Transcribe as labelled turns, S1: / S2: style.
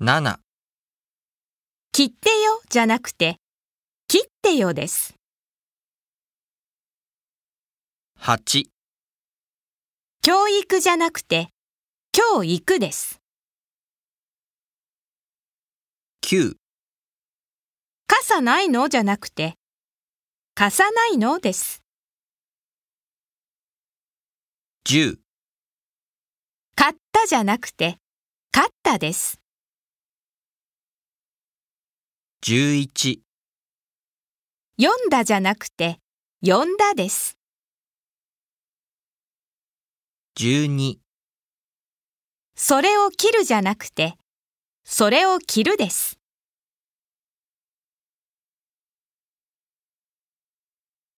S1: 7、
S2: 切ってよじゃなくて、切ってよです。
S1: 8、
S2: 教育じゃなくて、今日行くです。
S1: 9、
S2: 傘ないのじゃなくて、貸さないのです。
S1: 10、
S2: 買ったじゃなくて、勝ったです。
S1: 11、
S2: 読んだじゃなくて、呼んだです。
S1: 12、
S2: それを切るじゃなくて、それを切るです。